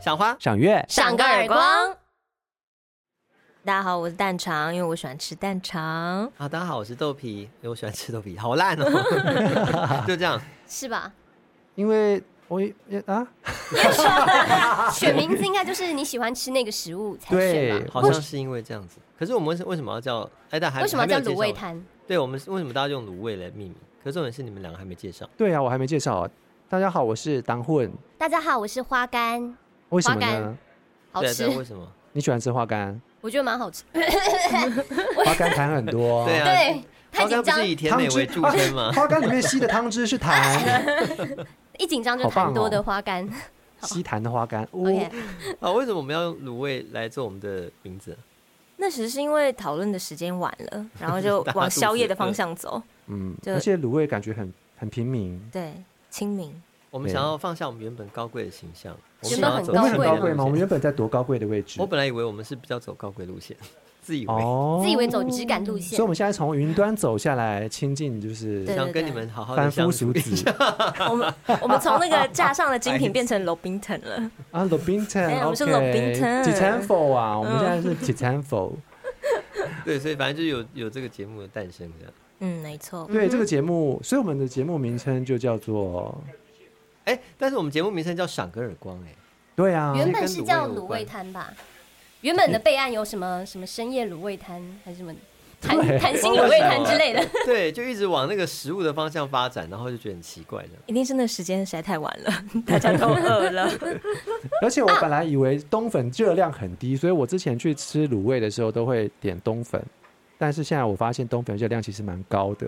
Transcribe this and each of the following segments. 赏花，赏月，赏个耳光。大家好，我是蛋肠，因为我喜欢吃蛋肠，好，啊大家好，我是豆皮，因为我喜欢吃豆皮，好烂 哦，就这样，是吧？因为我也啊，啊选名字应该就是你喜欢吃那个食物才选对吧？，好像是因为这样子。可是我们为什么要叫？哎，但还为什么还没叫有介卤绍味摊？对我们为什么大家用卤味来命名？可是重点是你们两个还没介绍，对啊，我还没介绍。大家好，我是当混，大家好，我是花干，为什么花呢干？好对啊，吃对啊，为什么？你喜欢吃花 干？我觉得蛮好吃。花干糖很多。啊对啊对，太花干不紧张是，以甜美为著称吗？ 花干里面吸的汤汁是痰， 一紧张就好棒痰多哦的花干。吸痰的花干。哦 OK，啊，为什么我们要用卤味来做我们的名字？那时是因为讨论的时间晚了，然后就 大家往肚子宵夜的饿方向走。嗯，就而且卤味感觉很很平民。对，清 明我们想要放下我们原本高贵的形象，我们原想本要很走我们高很贵高吗贵吗？我们原本在多高贵的位置我？本来以为我们是比较走高贵路线， 自以为、哦自以为走质感路所线以哦我，们现在从云端走下来，亲近就对是想跟你们好好的凡相夫处俗一子下。我们我们从那个架上的精品变成 Robinton 了。啊，Lobington，哎我们是 OK， Lobington 几餐否啊？我们现嗯在是几餐否？ 对，所以反正就是有有这个节目的诞生这样。嗯，没错。对这个节目，所以我们的节目名称就叫做哎、但是我们节目名称叫“赏个耳光、哎， 对啊，原本是叫跟卤味有卤关味摊吧？嗯原本的备案有什么什么深夜卤味摊，还是什么谈 对谈心卤味摊之 类的？对，就一直往那个食物的方向发展，然后就觉得很奇怪的。一定是那时间实在太晚了，大 家都饿了。而且我本来以为冬粉热量很低，所以我之前去吃卤味的时候都会点冬粉，但是现在我发现冬粉热量其实蛮高的，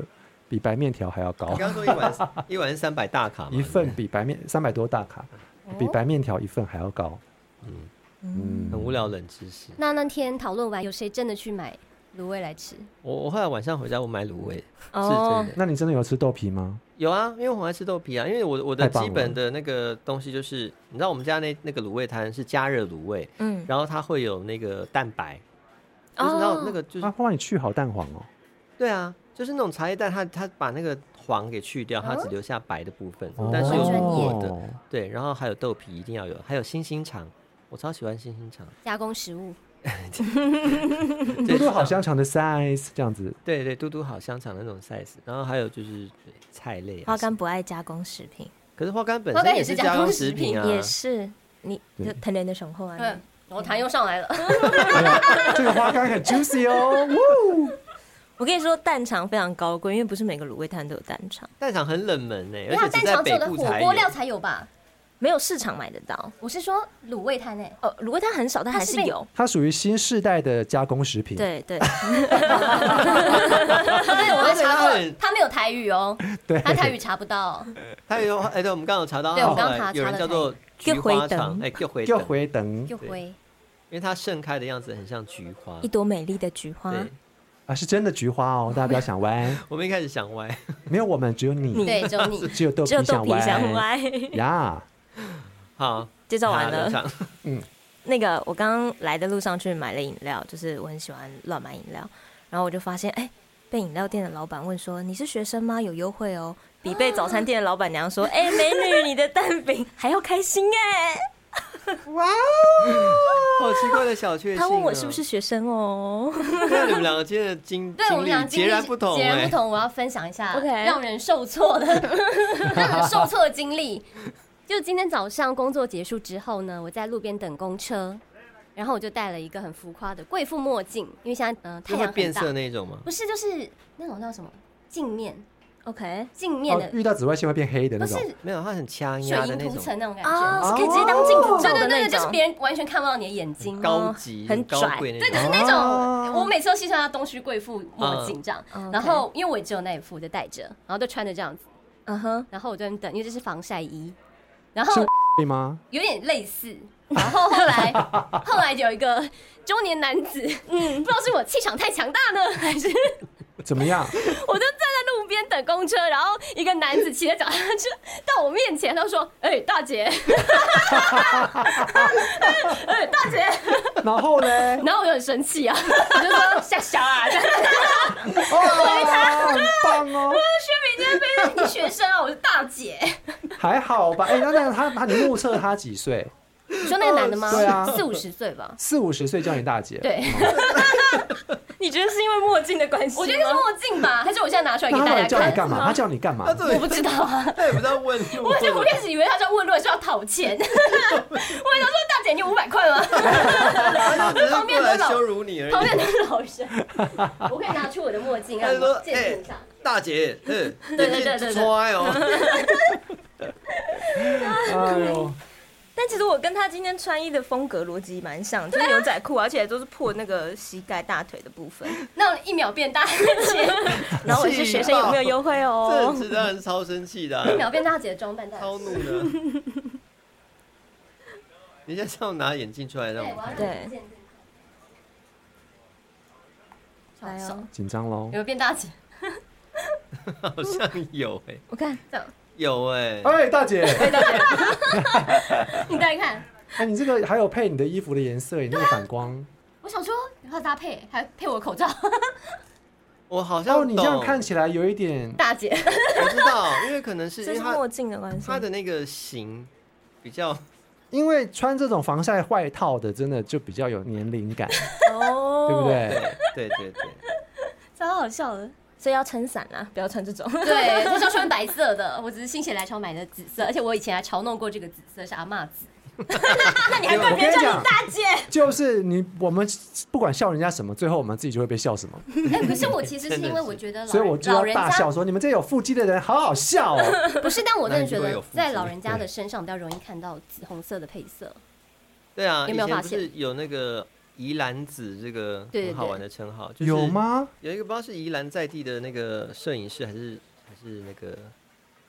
比白面条还要高 你，刚刚说一 碗一碗三百大卡嘛，哦一份比白面三百多大卡，哦哦比白面条一份还要高。对嗯嗯不对很无聊冷知识。那那天讨论完，有谁真的去买卤味来吃？我我后来晚上回家我买卤味，是哦真的。那你真的有吃豆皮吗？有啊，因为我爱吃豆皮啊，因为我我的太棒基本的那个东西就是，你知道我们家那那个卤味摊是加热卤味，嗯，然后它会有那个蛋白，就哦是那那个就是、啊，哇，你去好蛋黄哦，对啊，就是那种茶叶蛋，它它把那个黄给去掉，它只留下白的部分，但是有专业果的，哦对，然后还有豆皮一定要有，还有星星肠，我超喜欢星星肠，加工食物，对嘟嘟好香肠的 size 这样子，对对，嘟嘟好香肠的那种 size，然后还有就是对菜类、啊，花干，不爱加工食品，可是花干本花干身也是是加加工工食食品品啊，也是你对就藤原的雄厚嗯啊。你，我痰又上来 了。这个花干很 juicy 哦， 呜我跟你说，蛋肠非常高贵，因为不是每个卤味摊都有蛋肠，蛋肠很冷门呢、欸因为它而且啊蛋只在肠只有北的部火才锅有。料才有吧？没有市场买得到。我是说卤味摊欸 诶，哦，卤味摊很少，但它还是是被有。它属于新世代的加工食品，对 对，对，我而们查且它很过，他没有台语 哦，对，他台语查不到。它有哎，对，我们刚刚有查到，对我们刚刚后来有人查叫了做菊花肠，它哎，叫回要灯，回等又回因为它盛开的样子很像菊花一。朵美丽的菊花。对，啊，是真的菊花哦，大家不要想歪，我们一开始想歪，没有我们，只有你，对，只有 你只有豆只有皮豆想皮歪想歪。呀， 好，介绍完了好。冷场那个我刚刚来的路上去买了饮料，就是我很喜欢乱买饮料，然后我就发现，哎、被饮料店的老板问说：“你是学生吗？有优惠 哦。”比被早餐店的老板娘说：“哎、美女，你的蛋饼还要开心哎、好奇怪的小 确幸。他问我是不是？学生哦。那你们两个今天的经对我经们俩历经截历然不同，截然哎不，同。我要分享一下 OK 让人受挫 的、让人受挫的经历。就今天早上工作结束之后呢，我在路边等公车，然后我就戴了一个很浮夸的贵妇墨镜，因为现在嗯、呃、太就会阳很变大色，那种吗？不是就是那种叫什么镜面 OK，镜面哦的，遇到紫外线会变黑的不那是种，没有，它很掐水压的银那涂种，层那种感觉。哦，是可以直接当镜头对照对对的那对，就是种。别人完全看不到你的眼睛，哦高级、很高拽贵那对，就是种。那种、哦我每次都戏称它东区贵妇墨镜这样。嗯然后因为我也只有那一副，我就戴着，然后就穿着这样子，嗯哼，然后我就在那边等，因为这是防晒衣，然后是对吗？有点类似。然后 后来后来有一个中年男子，嗯，不知道是我气场太强大呢，还是怎么样？我就站在路边等公车，然后一个男子骑着脚踏车到我面前，他说：“哎、大姐， 哎、大姐。”然后嘞，然后我就很生气啊，我就说：“下小啊， 这样哦，很棒哦，薛明天被你学生啊，我是大姐。还好吧？哎，那那他他你目测他几岁？”你说那个男的吗？对啊哦四五十岁 吧。四五十岁叫你大姐，对，你觉得是因为墨镜的关系吗？我觉得是墨镜吧，还是我现在拿出来给那他到大底家叫你看？哦干嘛？他叫你干嘛他？这我不知 道啊，他也不知道问路， 我就我开始以为他叫问路是要讨钱， 我想说大姐你有五百块吗？他只是旁边过的来老羞辱你而 旁已。边的老人，我可以拿出我的墨镜他让就你说：“鉴哎定一下。，大姐，嗯，对对对对对穿哦， 哎呦，但其实我跟他今天穿衣的风格逻辑蛮 像，就是牛仔裤，而且都是破那个膝盖、大腿的部 分。那种一秒变大的姐，然后我是学生，有没有优惠这哦？是让人超生气的啊，一秒变大姐的装扮大姐。超怒的。 你现在是要拿眼镜出来让对，我哎我们看？要对鉴定。来小哦，紧张喽有没！有变大姐？好像有哎，我看这样，有哎，哎，大姐，你再看，哎，你这个还有配你的衣服的颜色，你那个反光，我想说有它搭配，还配我口罩，我好像哦，懂你这样看，起来有一点大姐。我知道，因为可能是因这为是他墨镜的关系。他的那个型比较因为穿这种防晒外套的，真的就比较有年龄感，哦，对不？对对对？对对，超好笑的，所以要撑伞啊，不要穿这种。 对，他是要穿白色的，我只是心血来潮买的紫色，而且我以前还嘲弄过这个紫色是阿嬷紫。那你还我怪跟别人你叫讲你，大姐？就是你我们不管笑人家什么，最后我们自己就会被笑什么，哎、可是我其实是因为我觉得老所以我就老要人大家笑说：“你们这有腹肌的人，好好笑哦！”不是，但我真的觉难怪有得腹肌在老人家的身上比较容易看到紫红色的配色。对啊，有以没有前发不现是有那个宜兰子这个对对很好对玩的称号？就是 有？吗？有一个不知道是宜兰在地的那个摄影师还是还是那个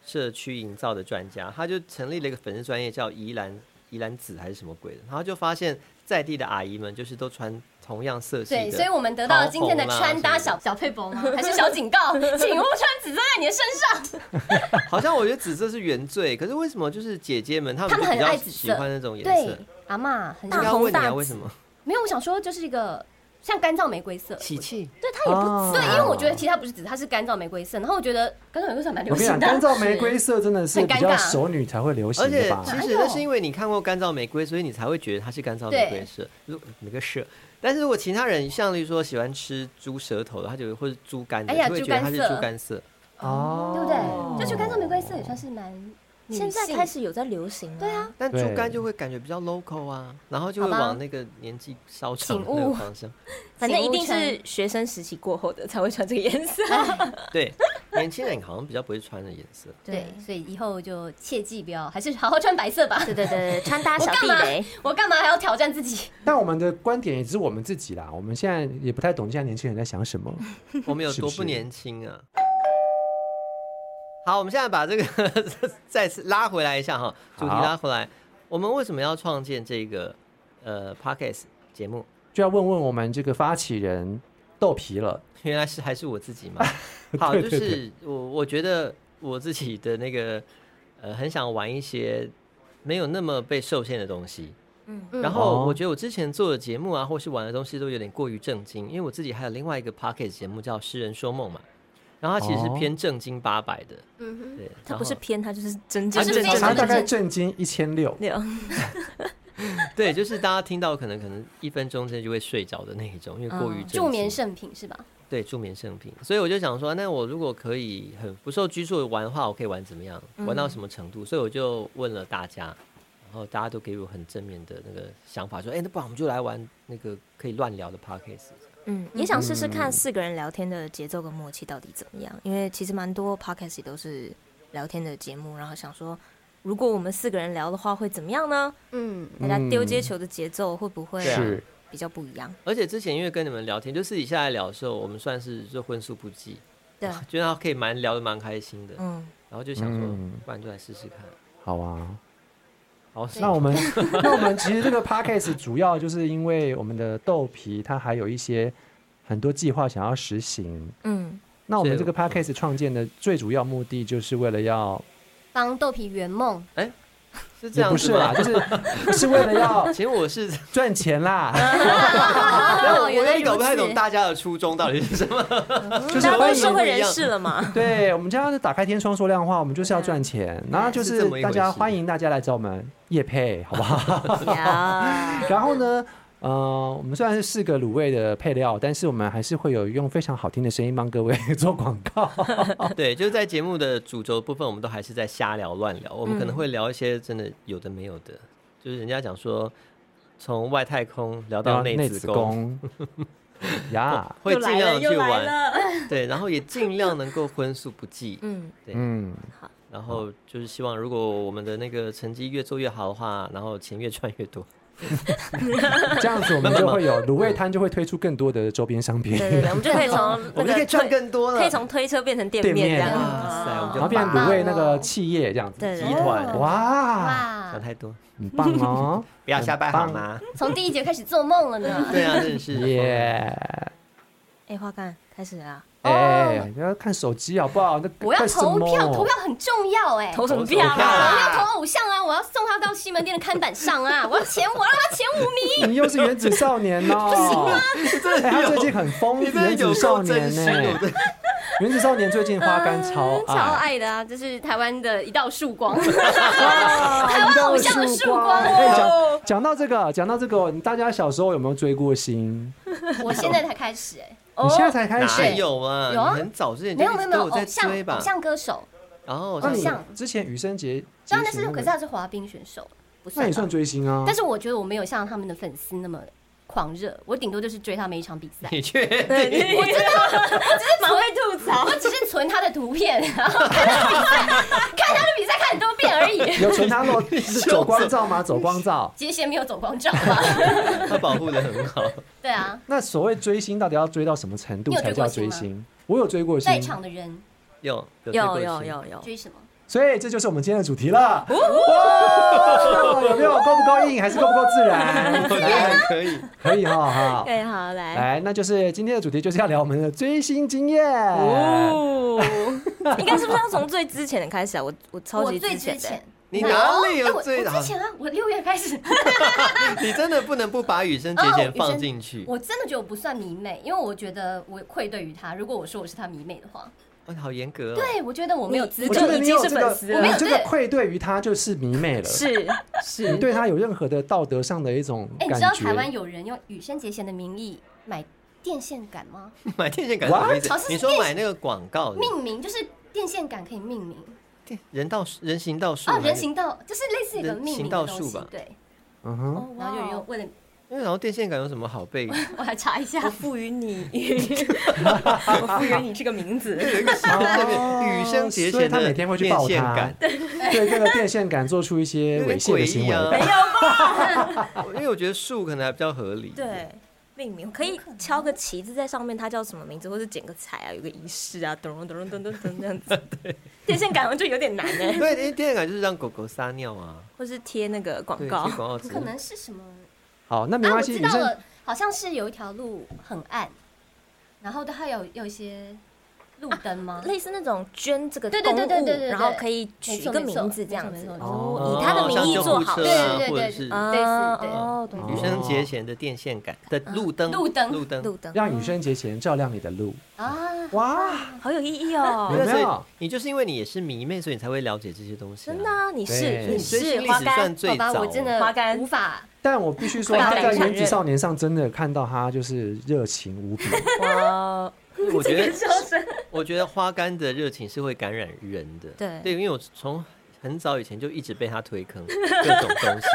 社区营造的专家，他就成立了一个粉丝专业叫宜兰宜兰子还是什么鬼的，然后就发现在地的阿姨们就是都穿同样色系的，对，所以我们得到了今天的穿搭桃小小配博吗？还是小警告，请勿穿紫色在你的身上。好像我觉得紫色是原罪，可是为什么就是姐姐们她她们们就很比爱较紫色喜欢那种颜色对？，阿嬷很应该喜要欢问你大啊，紫为什么？没有，我想说就是一个像干燥玫瑰色。喜气，对，它也不哦紫，对，因为我觉得其实它不是紫，它是干燥玫瑰色。然后我觉得干燥玫瑰色还蛮我流跟你讲，行的。干燥玫瑰色真的是很尴比较尬熟女才会流行而的且吧？其实那哎是因为你看过干燥玫瑰，所以你才会觉得它是干燥玫瑰色，如玫瑰色。但是如果其他人像例如说喜欢吃猪舌头的，他就或者猪肝的，哎呀就会觉得它是猪肝色猪肝色。哦对不对？就去干燥玫瑰色也算是蛮女性现在开始有在流行，对啊，，但对猪肝就会感觉比较 local 啊，然后就会好吧往那个年纪稍长的那请勿个方向。反正一定请勿是学生时期过后的才会穿这个颜色。对，年轻人好像比较不会穿的颜色。 对，所以以后就切记不要，还是好好穿白色 吧。对对对，穿搭我小干地嘛雷。？我干嘛还要挑战自己？但我们的观点也只是我们自己啦，我们现在也不太懂现在年轻人在想什么。 我们有是不多是不年轻啊！好，我们现在把这个 再次拉回来一下哈，主题好拉回来。我们为什么要创建这个呃 podcast 节目？就要问问我们这个发起人豆皮了，原来是还是我自己 嘛。好，对就对对是我我觉得我自己的那个呃，很想玩一些没有那么被受限的东西。嗯嗯然后哦我觉得我之前做的节目啊，或是玩的东西都有点过于正经，因为我自己还有另外一个 p o c k e t 节目叫《诗人说梦》嘛，然后它其实是哦偏正经八百的，嗯哼，对，它然不是后偏，它就是真它正是正非正常他正大正概正震惊一千六，对嗯啊对，就是大家听到可能可能一分钟之内就会睡着的那一种，因为过于嗯正经助眠圣品是吧？对助眠圣品，所以我就想说，那我如果可以很不受拘束的玩的话，我可以玩怎么样，玩到什嗯么程度？所以我就问了大家，然后大家都给我很正面的那个想法，说，哎、那不然我们就来玩那个可以乱聊的 podcast。嗯，也想试试看四个人聊天的节奏跟默契到底怎么样，因为其实蛮多 podcast 也都是聊天的节目，然后想说，如果我们四个人聊的话会怎么样呢？嗯，大家丢接嗯球的节奏会不会对啊是比较不一样？而且之前因为跟你们聊天，就私底下来聊的时候，我们算是就荤素不忌，对，啊觉得可以蛮聊的蛮开心的，嗯，然后就想说嗯，不然就来试试看。好啊。好，那 我们那我们其实这个 podcast 主要就是因为我们的豆皮他还有一些很多计划想要实行。嗯，那我们是这个 podcast 创建的最主要目的就是为了要帮豆皮圆梦。哎，是这也样不子是吗 啦，？就是是为了要其实我是，赚钱啦，啊但 我原有来点搞不如太此懂大家的初衷到底是什么。 就是嗯大家欢都迎是社不会一人样士了嘛，对，我们将要打开天窗说亮话，我们就是要赚钱，然后就是这么是一大回家事欢迎大家来找我们叶配，好不好？ 呀，然后呢，呃，我们虽然是四个卤味的配料，但是我们还是会有用非常好听的声音帮各位 做广告。 对，就是在节目的主轴部分，我们都还是在瞎聊乱聊，我们嗯可能会聊一些真的有的没有的，就是人家讲说从外太空聊到啊内子子宫，宫呀，会又来尽量了，地又去来玩，了，对，然后也 尽量能够荤素不忌，嗯，对，嗯，然后就是希望如果我们的那个成绩越做越好的话，然后钱越赚越多。嗯这样子我们就会有卤味摊就会推出更多的周边商品，对对对， 我们就可以从那我们就可个以赚推，更多了，可以从推车变成店店面这面样，哇塞我们 然就后变成棒卤味哦那个啊企业这样子，对对集团哇，哇想，太多，很棒哦，不要瞎掰好吗？从第一节开始做梦 了呢。对啊，真的是 耶！哎，花干开始啦，哎，不要看手机好不好？那我要干什投票，么投票很重要哎、投什么投什票么票啊啊？我要投偶像啊！我要送他到西门店的看板上啊！我要前，我要让他前五 名。你又是原子少年哦！哎他最近很疯，你真的原有子少够年真心，呢、我真的原子少年最近花干哎超爱，超爱的啊！这是台湾的一道曙光，台湾偶像的曙光哦哎讲讲到这个，讲到这个，大家小时候有没有追过星？ 我现在才开始哎、你现在哦，才开哪始，有啊？有啊你很早之前没就有一没有直没都有，有在偶像追偶吧？像歌手，然后那像，你像之前羽生结，知道那是结弦可是那个他是滑冰选手，不那算也吧算。追星啊。但是我觉得我没有像他们的粉丝那么狂热，我顶多就是追他每一场比赛 你确定？对，你我真的，我 真的蛮会吐槽我，只是存他的图片，然后看他的比赛， 看他的比赛看很多遍而已。有存他 裸是走光照吗？走光照。杰贤没有走光照吧？他保护的很好， 对啊，那所谓追星，到底要追到什么程度你有才追过叫追星星？我有追过在星，场的人有有有追有过星有有，追什么？所以这就是我们今天的主题了。哦哇有没有够不够硬，还是够不够自然？ 我觉得还可以。可以哈哈。对，好来，来，那就是今天的主题就是要聊我们的追星经验。 哦，应该是不是要从最之前的开始啊？我我超我级最之前的前，，你哪里哎有我最我之前啊，我六月开始，你真的不能不把羽生结哦弦放进去。我真的觉得我不算迷妹，因为我觉得我愧对于他。如果我说我是他迷妹的话，哇，好严格哦。对我觉得我没有资我你格觉得已你经有是这粉个，丝你了这个愧对于他就是迷妹了，是你对他有任何的道德上的一种哎、你感知道台湾 觉。有人用羽生结弦的名义买电线杆吗？买电线杆什么意思 What？你说买那个广告的命名就是电线杆可以命名电人道人行道树哦，还是人，行道就是类似一个命名的人行道东西树吧，对。哦嗯哼，哦然后有人 用为了， 因为然后电线杆有什么好被我来查一下我，赋予你， 我赋予你这个名字，那个羽生结所以弦他每的天会去电抱线他杆，，对这个电线杆做出一些有猥点亵的诡行异为。啊。没有吧？因为我觉得树可能还比较合理。，对。命名可以敲个旗子在上面，它叫什么名字，或者剪个彩啊，有个仪式啊，咚咚咚咚咚咚这样子。 电线杆我就有点 难哎、对，因为电线杆就是让狗狗撒尿啊。或是贴那个广对，告贴广，告词可能是什么好，那没啊？我关系，知女道生了，好像是有一条路很暗，然后它有有一些路灯吗？类似那种捐这个对公对物，对对对对然后可以啊取一个名字这样没子，错没错没错哦，以他的名义做好像救护事车啊对对对或者对是啊，类似对哦，懂羽懂生结弦的电线杆的路灯，路灯路灯，路灯，让羽生结弦照亮你的路。啊，哇，好有意义哦有，对 没所以有你就是因为你也是迷妹，所以你才会了解这些东西、啊。真的啊，你是对你你追是星历花史干算，最好吧，早、我真的花干无法，但我必须说，快他点在《承原子认少年》上真的看到他就是热情无比。哇，哦我觉得笑声， 我觉得花干的热情是会感染人的。对对，因为我从很早以前就一直被他推坑各种 东西。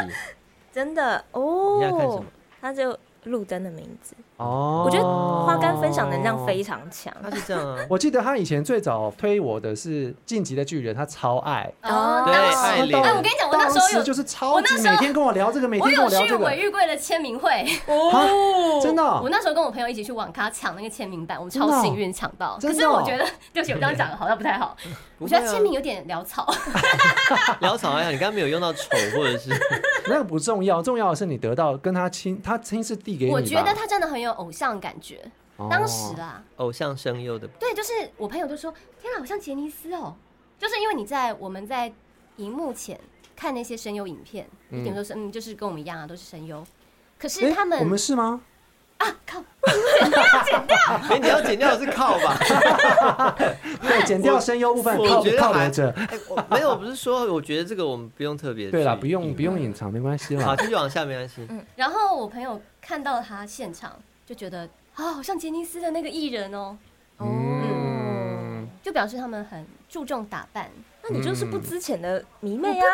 真的你要看什哦么，？他就路灯的名字，哦，。我觉得花干分享能量非常强他是这样啊我记得他以前最早推我的是《晋级的巨人》，他超爱。哦，对，当爱时莲，哎，我跟你讲，我那时当候时有就是超级我那时候每天跟我聊这个，每我天跟有聊去这尾个，玉贵的签名会，啊真的哦我那时候跟我朋友一起去网咖抢那个签名版，我们超真的哦幸运抢到。可真是的哦我觉得，对不起，我这样讲好像不太好。不我会啊觉得签名有啊点潦草，潦草还啊好，你刚刚没有用到丑或者是那个不重要，重要的是你得到跟他亲，他亲自递给你吧。我觉得他真的很有偶像感觉。哦当时啊啦，偶像声优的。 对，就是我朋友就说：“天哪，好像杰尼斯哦！”就是因为你在我们在荧幕前看那些声优影片，嗯一点都是嗯，就是跟我们一样啊，都是声优。可是诶他们我们是吗？啊靠，哎、你要剪掉的是靠吧？对，剪掉声优部 分我靠觉得靠还留着。哎、我没有，我不是说，我觉得这个我们不用特别。对啦，不用不用。隐藏，没关系好，啦。继续往下，没关 系。然后我朋友看到他现场就觉得啊，好像杰尼斯的那个艺人哦，嗯，就表示他们很注重打扮，那你就是不嗯之前的迷妹啊！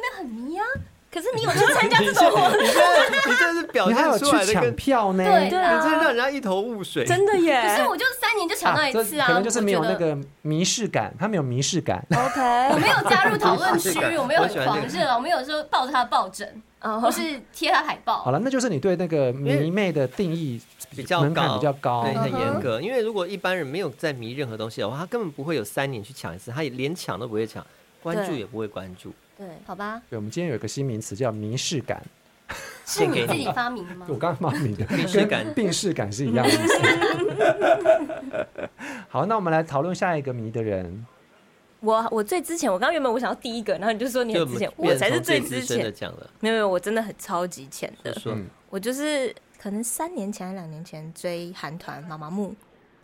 那很迷啊。可是你有去参 加你这现种活在动，你现在你现在是表你还有现去出来的抢跟，票呢？对 对你真的啊，让人家一头雾水。真的耶！可是我就三年就抢到一这次啊，可能就是我没有觉那得个迷失感，他没有迷失 感。我 OK，没有加入讨论 区这，个我没有我喜很欢这个狂热，我没有说抱着他抱枕，或哦，是贴他海好报。了，那就是你对那个为迷妹的定义比较门槛高比较高，对，很嗯哼严格。因为如果一般人没有在迷任何东西的话，他根本不会有三年去抢一次，他也连抢都不会抢，关注对也不会关注。对，好吧，对，我们今天有一个新名词叫迷视感，是献给你自你己发明的吗我？刚刚骂 你的，迷视感跟病视感是一样的意思。 好，那我们来讨论下一个迷的人，我我最之前，我刚刚原本我想要第一个，然后你就说你就很我们之前，我变才成是最资之深的前，讲了，没有没有，我真的很超级浅就的，说嗯我就是可能三年前、两年前追韩团妈妈木，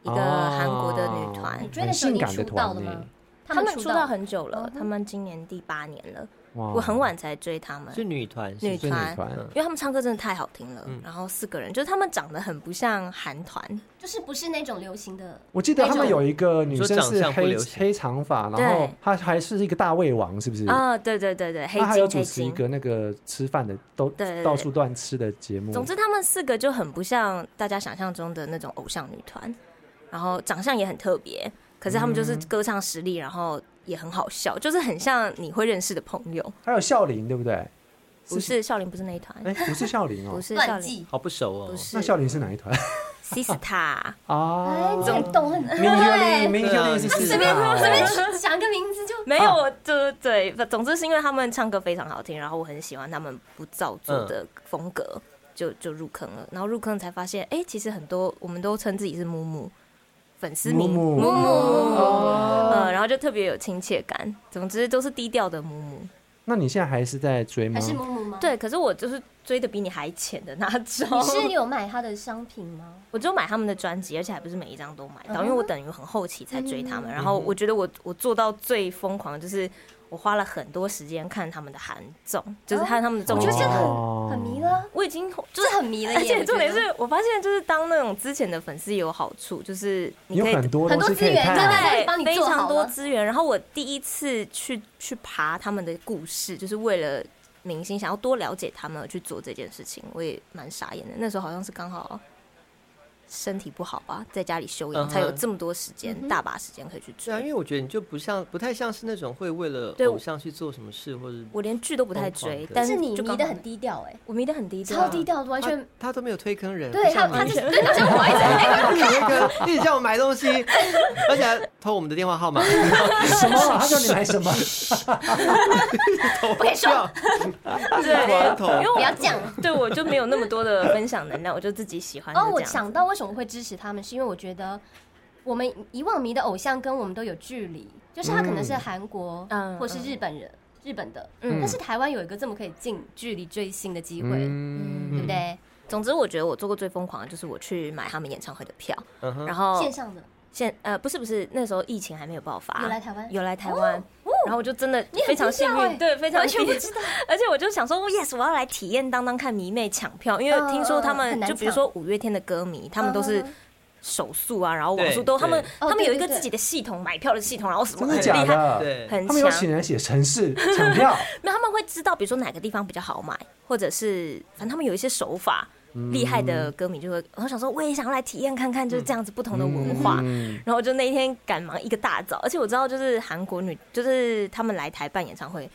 一个哦韩国的女团，哦你追很的时候性已感经的出道团了呢吗？？他们出出道道很久了嗯哦，他们今年第八年了，哇哦我很晚才追他们，是女团，是女是女团，嗯因为他们唱歌真的太好听了嗯，然后四个人就是他们长得很不像韩团，就是不是那种流行的，我记得他们有一个女生你说长是相不黑流行黑长发，然后对她还是一个大胃王，是不是？啊，对对对对，黑她还有金主黑持一金。个那个吃饭的，都对对对到处乱吃的节目。总之，他们四个就很不像大家想象中的那种偶像女团，然后长相也很特别，可是他们嗯就是歌唱实力，然后也很好笑，就是很像你会认识的朋友。还有笑林，对不对？不是少林，不是那一团，哎，不是笑林哦不，是少乱林，记，好不熟哦不。是那笑林是哪一团 Sista，啊哎，？你很懂很明秀丽， 对，明秀丽对啊是四啊随便大随便想一个名字就嗯没有，就对，总之是因为他们唱歌非常好听，然后我很喜欢他们不造作的风格，嗯就就入坑了。然后入坑才发现，哎、其实很多我们都称自己是木木粉丝名木木哦呃，然后就特别有亲切感。总之都是低调的木木。那你现在还是在追吗还？是木木吗？，对，可是我就是追的比你还浅的那种。你是有买他的商品吗？我就买他们的专辑，而且还不是每一张都买到，因为我等于很后期才追他们。然嗯后我觉得我我做到最疯狂的就是我花了很多时间看他们的韩综，就是看他们的综我艺觉得这节样目。哦很很迷了，我已经就就是很迷了耶。而且重点我觉是我发现，就是当那种之前的粉丝也有好处，就是你有可以很多很东多西可以资源对不看对。对帮你非做好常多了资源。然后我第一次去去爬他们的故事，就是为了明星想要多了解他们而去做这件事情，我也蛮傻眼的。那时候好像是刚好身体不好吧，在家里休养，嗯哼才有这么多时间嗯，哼大把时间可以去对啊，因追。为我觉得你就不像，不太像是那种会为了对偶像去做什么事，或者我连剧都不太疯追狂的，但得是你就迷刚得好很，低调哎，我迷得很低啊调，啊超低调，完全他他都没有推坑人，对，他像他你就是对，好像我一直推坑，一直叫我买东西，而且还偷我们的电话号码，什么啊？他叫你买什么？不以说光头对，因啊为不我要这样。对我就没有那么多的分享能量，我就自己喜欢就这哦，样子。我想到为什么会支持他们，是因为我觉得我们以往迷的偶像跟我们都有距离，就是他可能是嗯韩国，嗯或是嗯日本人，日本的，嗯但是台湾有一个这么可以近距离追星的机会， 对嗯不对？总之，我觉得我做过最疯狂的就是我去买他们演唱会的票，嗯哼然后线上的现呃不是不是那时候疫情还没有爆发，有来台湾哦啊有来台湾，然后我就真的你很非常低幸调欸运，对，非常完全不低调知道， 而且我就想说，yes，我要来体验当当看迷妹抢票，因嗯为听说他嗯嗯很们难就比如说五月天的歌迷，他们都是嗯嗯手速啊，然后网速对都，他们对他哦们对有一个对对自己的系统买票的系统，然后什么真很的厉假害，的？对，很他们有强。请人写城市抢票，那他们会知道，比如说哪个地方比较好买，或者是反正他们有一些手法，嗯厉害的歌迷就会，然后想说我也想要来体验看看，就是这样子不同的文化。嗯然后就那一天赶忙一个大早，而且我知道就是韩国女，就是他们来台办演唱会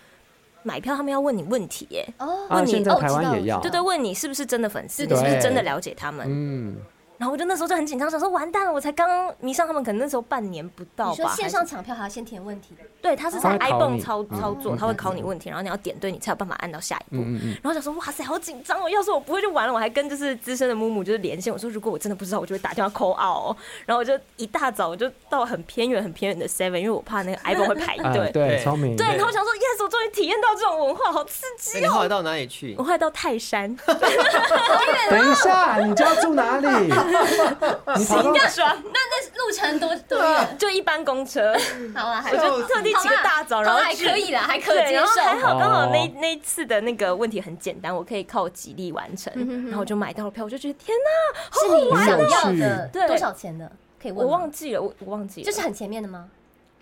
买票，他们要问你问题耶、哦，啊，问你现在哦台知道湾了也要，对对，问你是不是真的粉丝，你对是不是真的了解他们？嗯，然后我就那时候就很紧张，想说完蛋了，我才刚迷上他们，可能那时候半年不到你说吧。线还是上抢票还要先填问题，对，他是在他会考 iPhone 你操嗯操作，他会考你问题，然后你要点对，你才有办法按到下一步。嗯嗯嗯然后想说，哇塞，好紧张哦！要是我不会就完了，我还跟就是资深的木木就是连线，我说如果我真的不知道，我就会打电话 call out、哦。然后我就一大早我就到很偏远很偏远的 Seven，因为我怕那个 iPhone 会排 啊队。对，聪明，对，然后我想说，yes，我终于体验到这种文化，好刺激！哦那你后来到哪里哎去我？后来到泰 山，等一下，你家住哪里？ 你跑到啊爽，那那路程 多多远？就一般 公车，好啊，还我就特地起个大早，好啦然好后啊啦还去可以啦，还可对，接然后受。还好，刚好那哦那一次的那个问题很简单，我可以靠极力完成嗯哼哼，然后我就买到了票，我就觉得天哪，好是好你玩想想哦！要去的对多少钱的？可以问我吗忘记了，我我忘记了，嗯就是很前面的吗？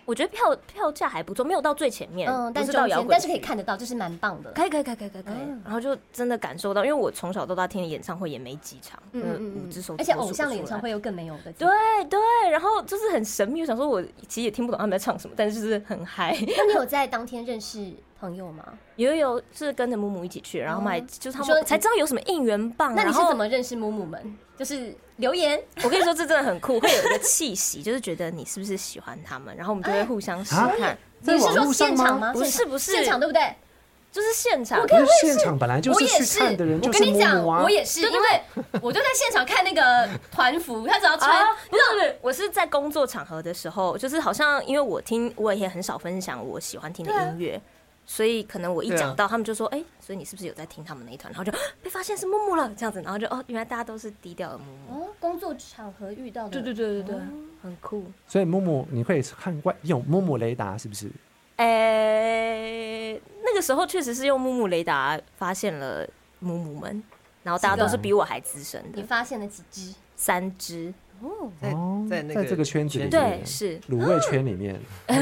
我觉得票票价还不错，没有到最前面，嗯，不但是中到摇间滚，但是可以看嗯得到，就是蛮棒的。可以可以可以可以可以可以，然后就真的感受到，因为我从小到大听的演唱会也没几场，嗯嗯，五只手指而且头数偶不像的出演唱来会又更没有的。对，啊对，然后就是很神秘，我想说我其实也听不懂他们在唱什么，但是就是很嗨。那你有在当天认识朋友吗？有有是跟着木木一起去，然后买、哦就是你他说们才知道有什么应援棒。啊那你是嗯然后怎么认识木木们？就是留言，我跟你说，这真的很酷，会有一个气息，就是觉得你是不是喜欢他们，然后我们哎就会互相试啊探。在你是网说络现上场吗？吗？不现是场不是现场对不对？就是现场，不是现场本来就我是也去是看的人，我就跟是你木讲，木啊我。也是，因为我就在现场看那个团服，他只要穿啊，不是不是，我是在工作场合的时候，就是好像因为我听，我也很少分享我喜欢听的对啊音乐，所以可能我一对啊讲到，他们就说，哎、所以你是不是有在听他们那一团？然后就啊被发现是木木了，这样子，然后就哦，原来大家都是低调的木木，哦，工作场合遇到的，对对对对对，很酷。所以木木，你会看怪，你有木木雷达是不是？哎、那个时候确实是用木木雷达发现了木木们，然后大家都是比我还资深你的，发现了几只？三只，哦，在哦在那在个这个圈子里圈面对， 是卤味圈里面，你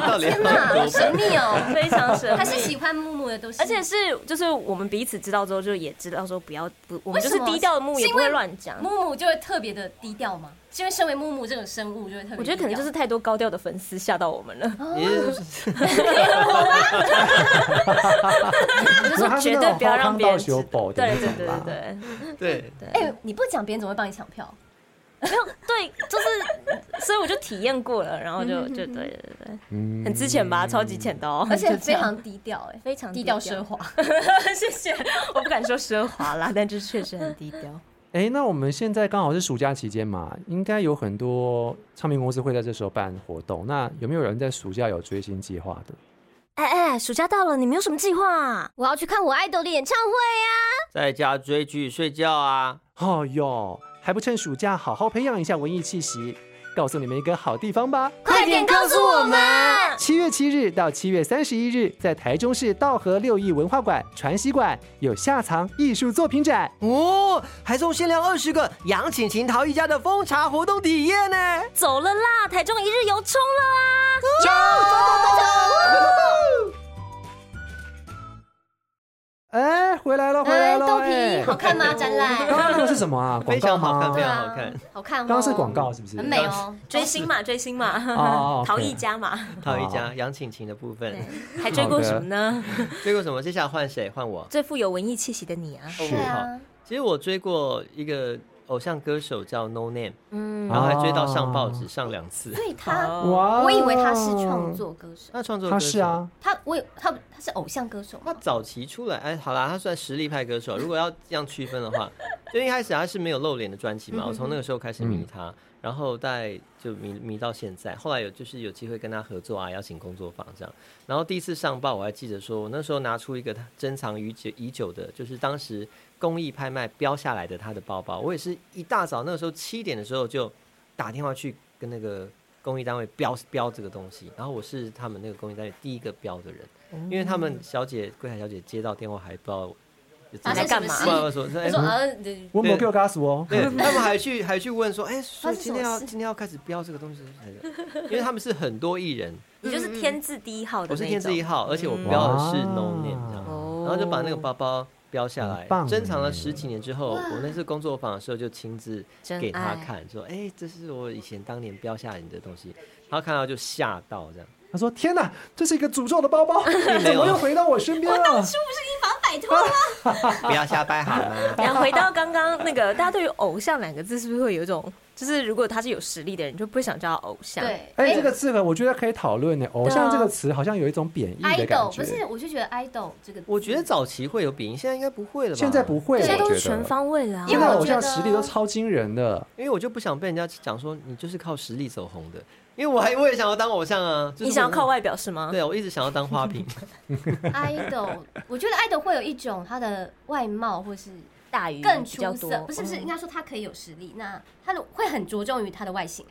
到底要天啊哪，好多神秘哦！非常神秘。还是喜欢木木的都是，而且是就是我们彼此知道之后，就也知道说不要不，我为们就什是么低调的木，是也因不为会乱讲。木木就会特别的低调吗？是因为身为木木这种生物就会特别低调，哦我觉得可能就是太多高调的粉丝吓到我们了， 你是没有他我就说是 绝那对种不要花让腔别人道知道修。补的对那对种对吧对对对，对， 哎、你不讲别人怎么会帮你抢 票？没有对，就是所以我就体验过了，然后就就对对对对，嗯很值钱吧，超级浅的哦，而且就这非样常低调、哎，非常低低调调奢华。 谢谢，我不敢说奢华啦，但就是确实很低调。哎，那我们现在刚好是暑假期间嘛，应该有很多唱片公司会在这时候办活动。那有没有人在暑假有追星计划的？哎哎，暑假到了，你们有什么计划啊？我要去看我爱豆的演唱会啊在家追剧睡觉啊。哦哟，还不趁暑假好好培养一下文艺气息。告诉你们一个好地方吧，快点告诉我们！七月七日到七月三十一日，在台中市道和六艺文化馆、传习馆有下藏艺术作品展。哦，台中限量二十个杨晴晴陶艺家的风茶活动体验呢。走了啦，台中一日游冲了啊！ 走走走走。哎，回来了，回来哎，了！豆皮哎 好看吗？展刚览刚那个是什么啊？广非告常好吗看，？非对常啊好看。 好看、哦，刚刚是广，告是不是？很美哦。追星嘛，追星哦嘛， ，OK 陶艺家嘛，陶艺家杨晴晴的部分，还追过什么呢？追过什么？接下来换谁？换我。最富有文艺气息的你啊，是对啊，其实我追过一个偶像歌手叫 No Name，嗯，然后还追到上报纸上两次。所以他，哇哦我以为他是创，作歌手，那创作歌他手是，啊，他我以他他是偶像歌手吗他早期出来，哎，好啦，他算实力派歌手。如果要这样区分的话， 就一开始他是没有露脸的专辑嘛，我从那个时候开始迷他，然后在就迷迷到现在。后来有就是有机会跟他合作啊，邀请工作坊这样。然后第一次上报，我还记得说，我那时候拿出一个他珍藏已久已久的，就是当时公益拍卖标下来的他的包包。我也是一大早那个时候七点的时候就打电话去跟那个公益单位标标这个东西，然后我是他们那个公益单位第一个标的人，因为他们小姐柜台小姐接到电话还不知道就发知道啊生什么事不知道说哎他说啊，对我没有 g a s 哦。对，他们还去 还去问说，哎、说是什今么天要事今天要开始标这个东西，因为他们是很多艺人，你就是天字第一号的，哦我是天字一，号，而且我标的是 No Name 这样，然后就把那个包包标下来很，棒珍藏了耶十几年之后，我那次工作坊的时候就亲自真给他爱看，说，哎、这是我以前当年标下你的东西，他看到就吓到这样，他说：“天哪，这是一个诅咒的 包包，怎么又回到我身边了？不要瞎掰好吗？ 然后回到刚刚那个，大家对于偶像两个字是不是会有一种，就是如果他是有实力的人，就不会想叫他偶像。对，哎，这个词呢，我觉得可以讨论呢。偶像这个词好像有一种贬义的感哎 idol 不觉，是，我就觉得 idol 这个字， 我觉得早期会有比音，现在应该不会了吧？现在不会，我对现觉在都得是全。方位了啊，现因在为我偶觉得像实力都超惊人的，因为我就不想被人家讲说你就是靠实力走红的，因为我还我也想要当偶像啊，就是、你想要靠外表是 吗？对啊，我一直想要当花瓶， idol，我觉得 idol 会有一种他的外貌或是大鱼更比较出多哦色，嗯不是不是，应该说他可以有实力，那他的会很着重于他的外形。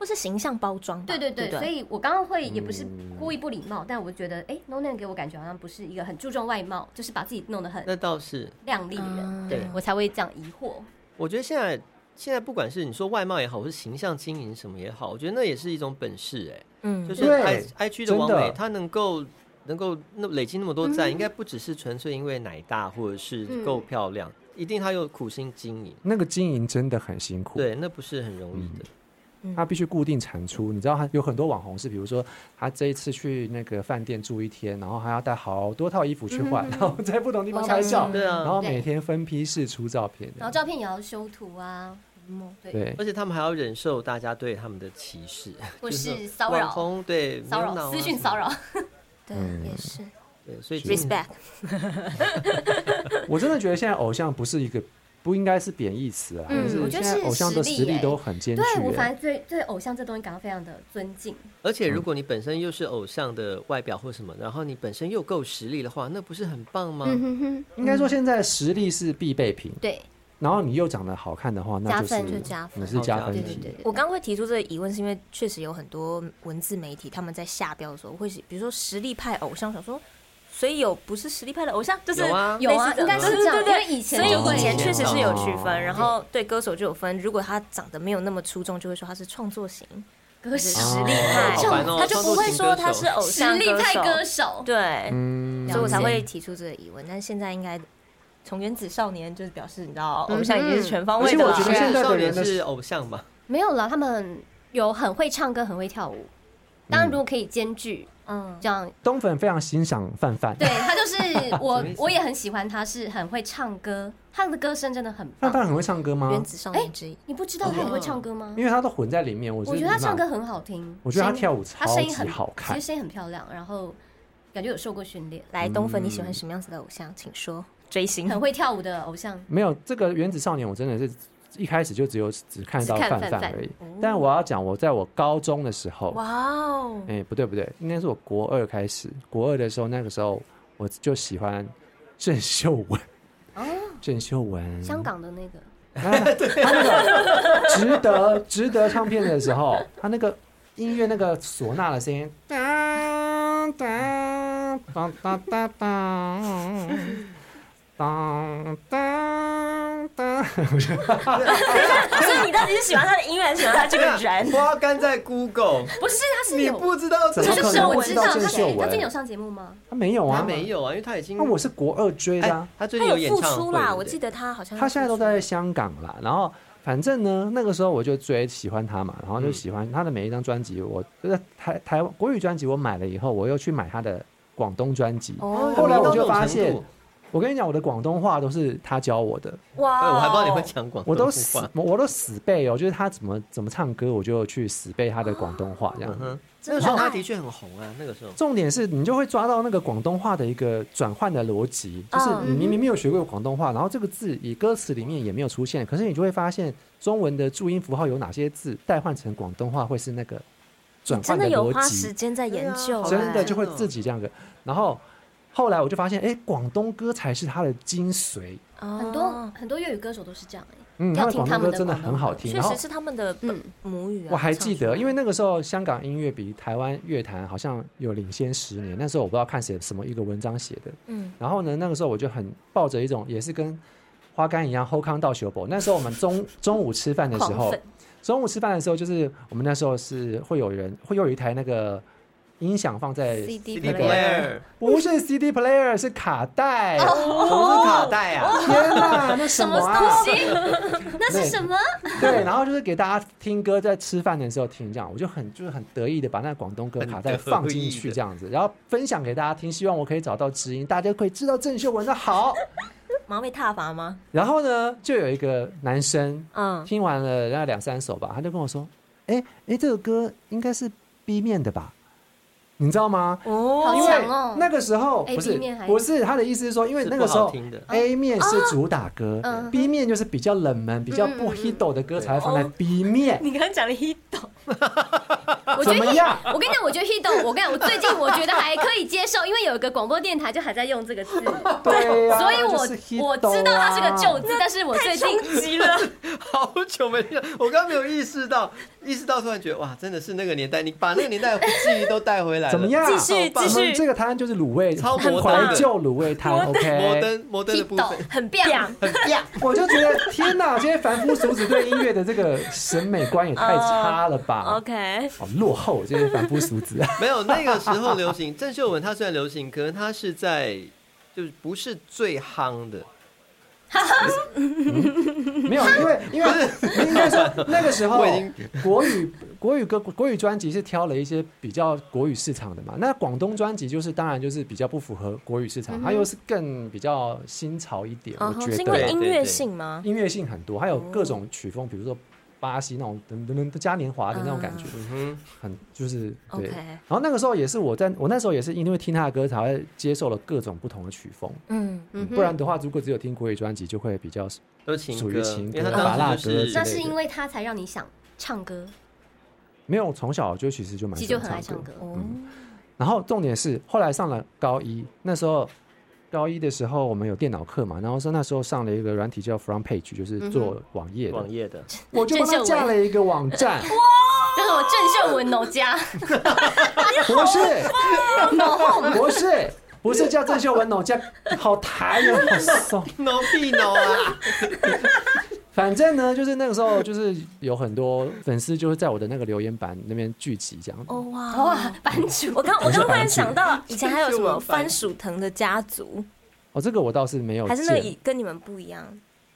或是形象包装吧？对对对对，不所以我刚刚会也不是嗯故意不礼貌，但我觉得哎，No Name 给我感觉好像不是一个很注重外貌，就是把自己弄得很那倒是。靓丽的人，嗯对我才会这样疑惑。我觉得现在现在不管是你说外貌也好，或是形象经营什么也好，我觉得那也是一种本事哎、嗯，就就是是对 I I G 的真王的美，她能够能够那累积那么多嗯赞，应该不只是纯粹因为奶大或者是够漂嗯亮，一定她有苦心经营。那个经营真的很辛苦。嗯对，那不是很容易的。他必须固定产出。你知道，他有很多网红是，比如说他这一次去那个饭店住一天，然后还要带好多套衣服去换，然后在不同地方拍照嗯，对然啊，后对每天分批试出照片。然后照片也要修图啊，嗯对，对，而且他们还要忍受大家对他们的歧视， 或就是骚扰网红对骚没有脑扰啊私什么讯骚 扰，对，嗯也是对，所以经营 respect。我真的觉得现在偶像不是一个不应该是贬义词啊，嗯就我是觉现得在是偶像的实力实力耶都很艰巨对耶。我反而对对偶像这东西感到非常的尊敬。而且如果你本身又是偶像的外表或什么，然后你本身又够实力的话，那不是很棒吗？嗯哼哼，应该说现在实力是必备品，对，然后你又长得好看的话，那加就分是就加分哦你是加分对对对题对。我刚会提出这个疑问，是因为确实有很多文字媒体他们在下标的时候会写，比如说实力派偶像，想说，所以有不是实力派的偶像，就是有啊有啊类似的应该是这样对对对因为以前所以就会以前有确实是有区哦分，然后对歌手就有分，如果他长得没有那么出众，就会说他是创作型歌手实力哦派，好烦哦他就不会说他是偶实像力派手歌手，对，嗯所以我才了解会提出这个疑问。但现在应该从原子少年就是表示，你知道嗯偶像已经是全方位的而了且我觉得现在少的人年的是偶像 嘛，没有啦，他们有很会唱歌，很会跳舞。当然，如果可以兼具嗯，这样，东粉非常欣赏范范，对他就是我什么意，思我也很喜欢他，是很会唱歌，他的歌声真的很范棒。范很会唱歌嗯吗？原子少年之一，你不知道他很会唱歌吗？因为他都混在里面，我我觉得他唱歌，很好听，我觉得他声音跳舞他声音超级很好看其实声音很漂亮，然后感觉有受过训练，来东粉，你嗯喜欢什么样子的偶像？请说。追星很会跳舞的偶像。嗯没有这个原子少年，我真的是一开始就只有只看到只看范范哦范范而已。但我要讲，我在我高中的时候， 哇哦， 哎、不对不对，应该是我国二开始，国二的时候，那个时候我就喜欢郑秀文，哦，郑秀文，香港的那个，啊值得值得唱片的时候，他那个音乐那个唢呐的声音，当当当当当当当当当，所以你到底是喜欢他的音乐，还是喜欢他这个 人？花干在 Google，不是，他是你有，不知道怎这么嗯就可是能我会知知道道他郑秀谁，他文最近有上节目吗？他没有啊，他没。有啊，因为他已经那我是国二追的、哎啊，他最他近有演复唱出会啦，对不我对记得他好像他现在都复出在香港啦。然后反正呢，那个时候我就追喜欢他嘛，然后就喜欢他的每一张专辑，我就是台台湾国语专辑我买了以后，我又去买他的广东专辑。哦后来到我就那种发程现度，我跟你讲，我的广东话都是他教我的，哇哎哦，我还不知道你会讲广我东都死话，，我都死背哦，就是他怎么怎么唱歌，我就去死背他的广东话这样嗯。哼，真那个的啊时候爱他的确很红啊，那个时候。重点是你就会抓到那个广东话的一个转换的逻辑，就是嗯你明明没有学过广东话，然后这个字以歌词里面也没有出现，可是你就会发现中文的注音符号有哪些字代换成广东话会是那个转换真的有逻花时辑，啊间在研究，好真玩的哎就会自己这样个。然后后来我就发现，哎，广东歌才是它的精髓，哦很多很多粤语歌手都是这样哎，嗯，要它的听广他东们歌的真的广东很好歌听。确然后实是他们的嗯母语啊。我还唱记出来得，因为那个时候香港音乐比台湾乐坛好像有领先十年，那时候我不知道看谁什么一个文章写的。嗯，然后呢，那个时候我就很抱着一种也是跟花干一样后康到修博。那时候我们中中午吃饭的时狂候粉，中午吃饭的时候就是我们那时候是会有人会有一台那个音响放在 CD CD 那个 player，不是 CD player 是卡带，哦什么是卡带啊？天哪，那什哦什么么啊？东西？ 那是什么？ 对，然后就是给大家听歌，在吃饭的时候听这样，我就很就是很得意的把那广东歌卡带放进去这样子，然后分享给大家听，希望我可以找到知音，大家可以知道郑秀文的好。 忙被踏伐吗？然后呢，就有一个男生嗯，听完了那两三首吧，他就跟我说：“哎哎，这个歌应该是 B 面的吧？你知道吗？”好因哦，为强哦那个时候 A 不是 B 面还哦不是他的意思是说，因为是那不个时好候听的 A 面是主打歌嗯，B 面就是比较冷门、比较不嗯嗯 hit 的歌才会放在 B 面。你刚刚讲了一抖，我觉怎得么样？我跟你讲，我觉得 Hido，我跟你讲，我最近 我觉得还可以接受，因为有一个广播电台就还在用这个字，对呀所以就我、是 Hido 我知道它是个啊旧字，但是我最近急 了，好久没听到，我刚没有意识到，意识到突然觉得哇，真的是那个年代，你把那个年代的记忆都带回来了怎么样？继续我继们这个摊这续，个摊就是卤味，超摩登怀旧卤味摊。摩 OK，登摩登的部 Hido 分，很棒，我就觉得天哪，现在凡夫俗子对音乐的这个审美观也太差了嗯吧哦 OK，好落后，这些凡夫俗子。啊没有那个时候流行。郑秀文她虽然流行，可能她是在就是不是最夯的，没有，因为因为应该说那个时候我已经国语国语歌国语专辑是挑了一些比较国语市场的嘛，那广东专辑就是当然就是比较不符合国语市场，它又是更比较新潮一点，哦我，觉是因得为对音对乐对性啊吗？音乐性很多，还有各种哦曲风，比如说巴西那种噔噔噔嘉年华的那种感觉，啊嗯哼，很就是对。 OK 然后那个时候也是我在我那时候也是因为听他的歌才会接受了各种不同的曲风，嗯，嗯哼不然的话如果只有听国语专辑就会比较都情属歌，于情因歌为她当时就之那类是的是因为他才让你想唱歌，没有从小就其实就蛮其喜实就欢很爱唱唱歌嗯歌。哦，然后重点是，后来上了高一，那时候高一的时候我们有电脑课嘛，然后说那时候上了一个软体叫 Front Page，就是嗯做网页的，网页 的，我就帮他架了一个网站，这是我郑秀文哦家， 不是，不 是，不是叫郑秀文哦，叫好台哦，好怂。挠屁挠啊，反正呢，就是那个时候，就是有很多粉丝就是在我的那个留言板那边聚集这样。哦哇哇，版主，我刚我刚忽然我是番薯想到，以前还有什么我是番番薯藤的家族，哦，这个我倒是没有还是那见个。跟你们不一样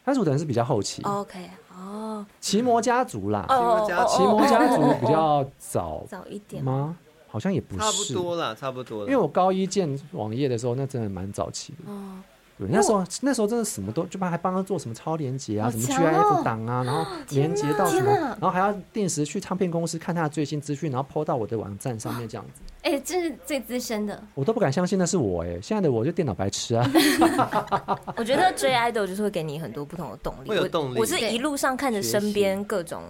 番薯藤是比较后期， ？OK，哦奇摩家族啦，哦哦哦，奇摩家族比哦哦哦较早早一点，吗？好像也哦不差不是，多啦，差不多因为了。我高一建网页的时候，那真的蛮早期的。嗯哦，对，那时候那时候真的什么都，就帮还帮他做什么超连接啊，好什么强哦 GIF 档啊，然后连接到什天么，哪然后还要定时去唱片公司看他的最新资讯，然后 PO 到我的网站上面这样子， 哎，这是最资深的，我都不敢相信那是我哎、现在的我就电脑白痴 啊。我觉得追 idol 就是会给你很多不同的动力，会有我动力我是一路上看着身学边各种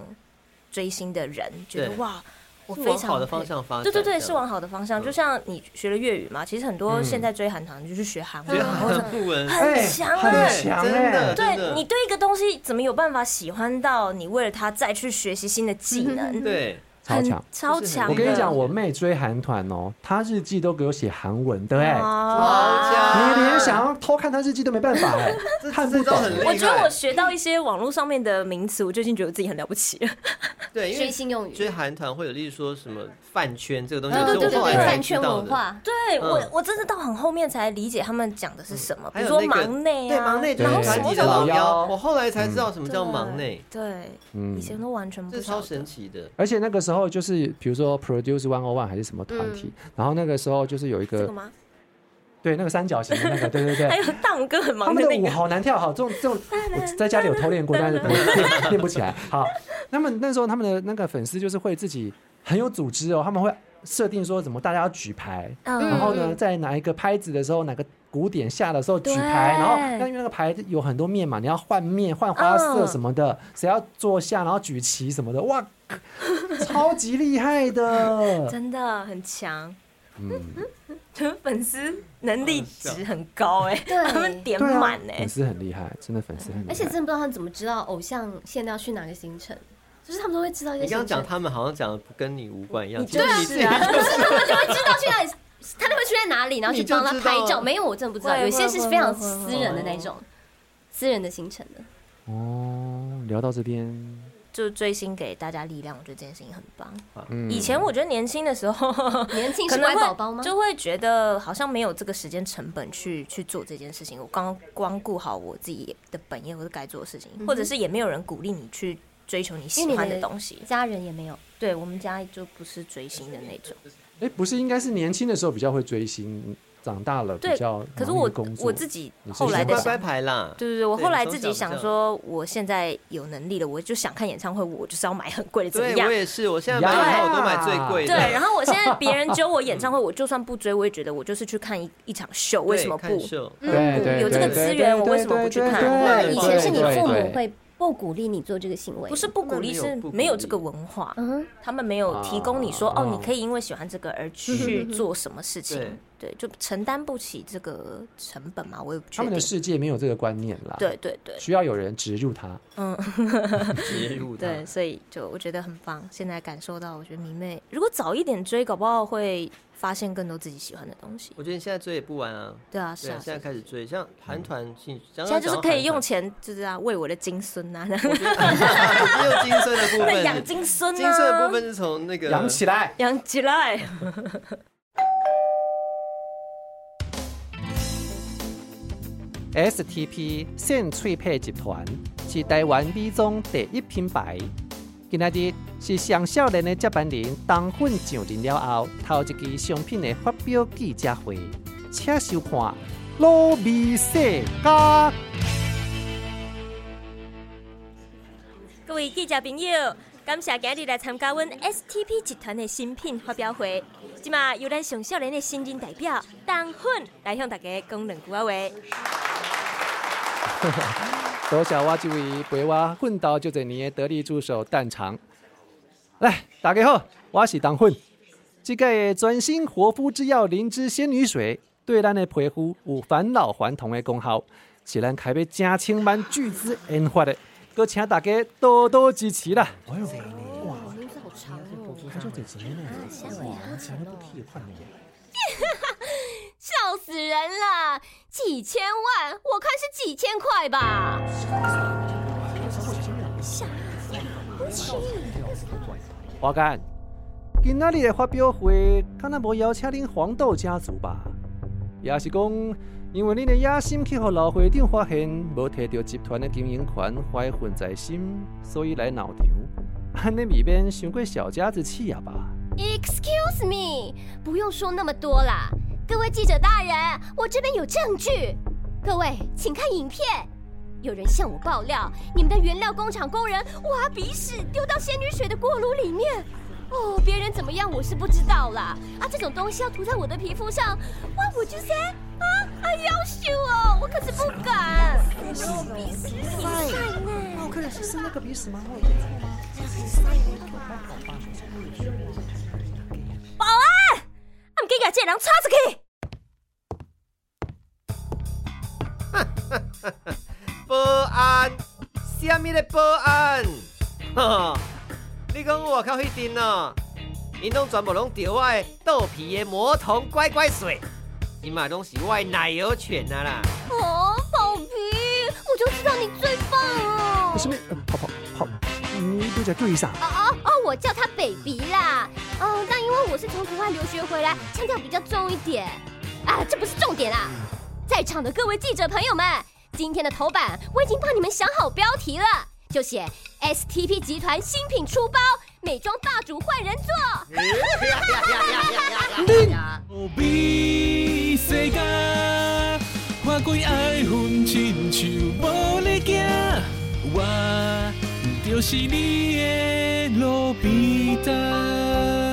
追星的人，觉得对哇，我是非往常好的佩方向发展，对对这对，样嗯是往好的方向。就像你学了粤语嘛，其实很多现在追韩团就去学韩觉文，得然后就韩 不 文很哎强很哎。欸强真的哎真的对你对一个东西怎么有办法喜欢到你为了它再去学习新的技能？对，超很强超强的！我跟你讲，我妹追韩团哦，她日记都给我写韩文的哎、哦哦哇好强，你连想要偷看她日记都没办法哎、看不 这招懂。欸很厉害。我觉得我学到一些网络上面的名词，我最近觉得自己很了不起嗯了。对，因追为星用语，追韩团会有，例如说什么饭圈这个东哦西，对对是对我对后来对，才饭知圈道文的。化，对我嗯，我真的到很后面才理解他们讲的是什么，比还如有说那个忙内对啊，忙内对嗯就是韩籍的老老妖，妖我后来才知道什么对叫忙内，，对，嗯以前都完全不这晓超得神奇的。而且那个时候就是，比如说 Produce One O One 还是什么团体，然后那个时候就是有一这嗯个个吗？对那个三角形的那个，对对还对，有荡哥很他忙们的的那舞个，好难跳，好这种这 种我在家里有偷练过，但是不 练练不起来。好，那么那时候他们的那个粉丝就是会自己很有组织哦，他们会设定说怎么大家要举牌，嗯然后呢，在哪一个拍子的时候，哪个鼓点下的时候举牌，对然后那因为那个牌有很多面嘛，你要换面、换花色嗯什么的，谁要坐下，然后举旗什么的，哇，超级厉害的。 真的很强，嗯， 就是粉丝能力值很高哎，对他们点对啊满，哎粉，丝很厉害，真的粉丝很厉害。而且真的不知道他们怎么知道偶像现在要去哪个行程，就是他们都会知道一些你刚行刚程讲，他们好像讲的不跟你无关一样，你其实你就自是己啊不 是他们就会知道去哪里，他们会去在哪里，然后去你就帮他知道拍照。了没有，我真的不知道，会有些是非常会会会私人的那种，私人的行程的。哦，聊到这边，就追星给大家力量，我觉得这件事情很棒。嗯，以前我觉得年轻的时候，年轻可是能乖会宝宝吗？就会觉得好像没有这个时间成本去去做这件事情。我刚光顾好我自己的本业或者该做的事情，嗯哼或者是也没有人鼓励你去追求你喜欢的东西。家人也没有，对我们家就不是追星的那种。哎，不是，应该是年轻的时候比较会追星，长大了比对较，可是忙于我工作我自己你是后来的乖想乖，牌啦，对对对，我对后来你自从己小想比较说，我现在有能力了，我就想看演唱会，我就是要买很贵的，怎么对样我？也是，我现在呀买票我都买最贵对，的，然后我现在别人揪我演唱会，我就算不追，我也觉得我就是去看一一场秀，为什么对看不？秀对对嗯有这个对资对源我对为什么对不去对看对那对以前是你对父母对会不鼓励你做这个行为，不是不鼓励，他们没有是不鼓励没有这个文化，嗯哼，他们没有提供你说啊哦，你可以因为喜欢这个而去做什么事对情，对，就承担不起这个成本嘛，我也不他确们定的。世界没有这个观念啊啦，，对对对，需要有人植入它。 嗯，植入它对，所以就我觉得很棒。现在感受到，我觉得迷妹如果早一点追，搞不好会发现更多自己喜欢的东西。我觉得你现在追也不晚啊，对啊，是对啊啊，，现在是啊开始追，像韩嗯团进，现现在就是可以用钱，就是啊，喂我的金孙呐， 只有金色的部对，养分，金孙金色的部呐，分是从那个养起来，养 起来。 STP 线翠配集团是台湾美妆第一品牌。今仔日是上少年的接班人当粉上任了后，头一期商品的发表记者会，请收看《卤味世家》。各位记者朋友，感谢今日来参加阮 STP 集团的新品发表会。即马由咱上少年的新人代表当粉来向大家讲两句啊话。多谢我这位陪我奋斗这侪年的得力助手蛋肠。来，大家好，我是当混。这个全新活肤之钥灵芝仙女水，对咱的皮肤有返老还童的功效，是咱开要真千万巨资研发的，搁请大家多多支持啦。哎呦，哇，名字好长哦，吓我一笑死人了，几千万，我看是几千块吧。花干，今仔日的发表会，敢若无邀请恁黄豆家族吧？也是讲，因为恁的野心去互老会长发现，无摕到集团的经营权，怀恨在心，所以来闹场。安尼未免伤过小家子气啊吧？ Excuse me，不用说那么多啦，各位记者大人，我这边有证据，各位请看影片。有人向我爆料，你们的原料工厂工人挖鼻屎丢到仙女水的锅炉里面。哦，别人怎么样我是不知道啦。啊，这种东西要涂在我的皮肤上，What would you say？啊，哎要羞哦，我可是不敢。嗯鼻屎挺晒呢。啊，唔给牙这人插出去。保安，什么的保安？哈，你讲我靠迄阵哦，因拢全部拢着我的豆皮的魔童乖乖水，伊嘛拢是我的奶油犬啊啦。哦，宝皮，我就知道你最棒哦。什么？呃跑跑跑！你都在对啥？哦哦，我叫他 baby 啦。嗯，但因为我是从国外留学回来，腔调比较重一点。啊，这不是重点啦。在场的各位记者朋友们，今天的头版我已经帮你们想好标题了，就写 STP 集团新品出包，美妆霸主换人做。何必世界，看开爱恨亲像无你行，我就是你的路边摊。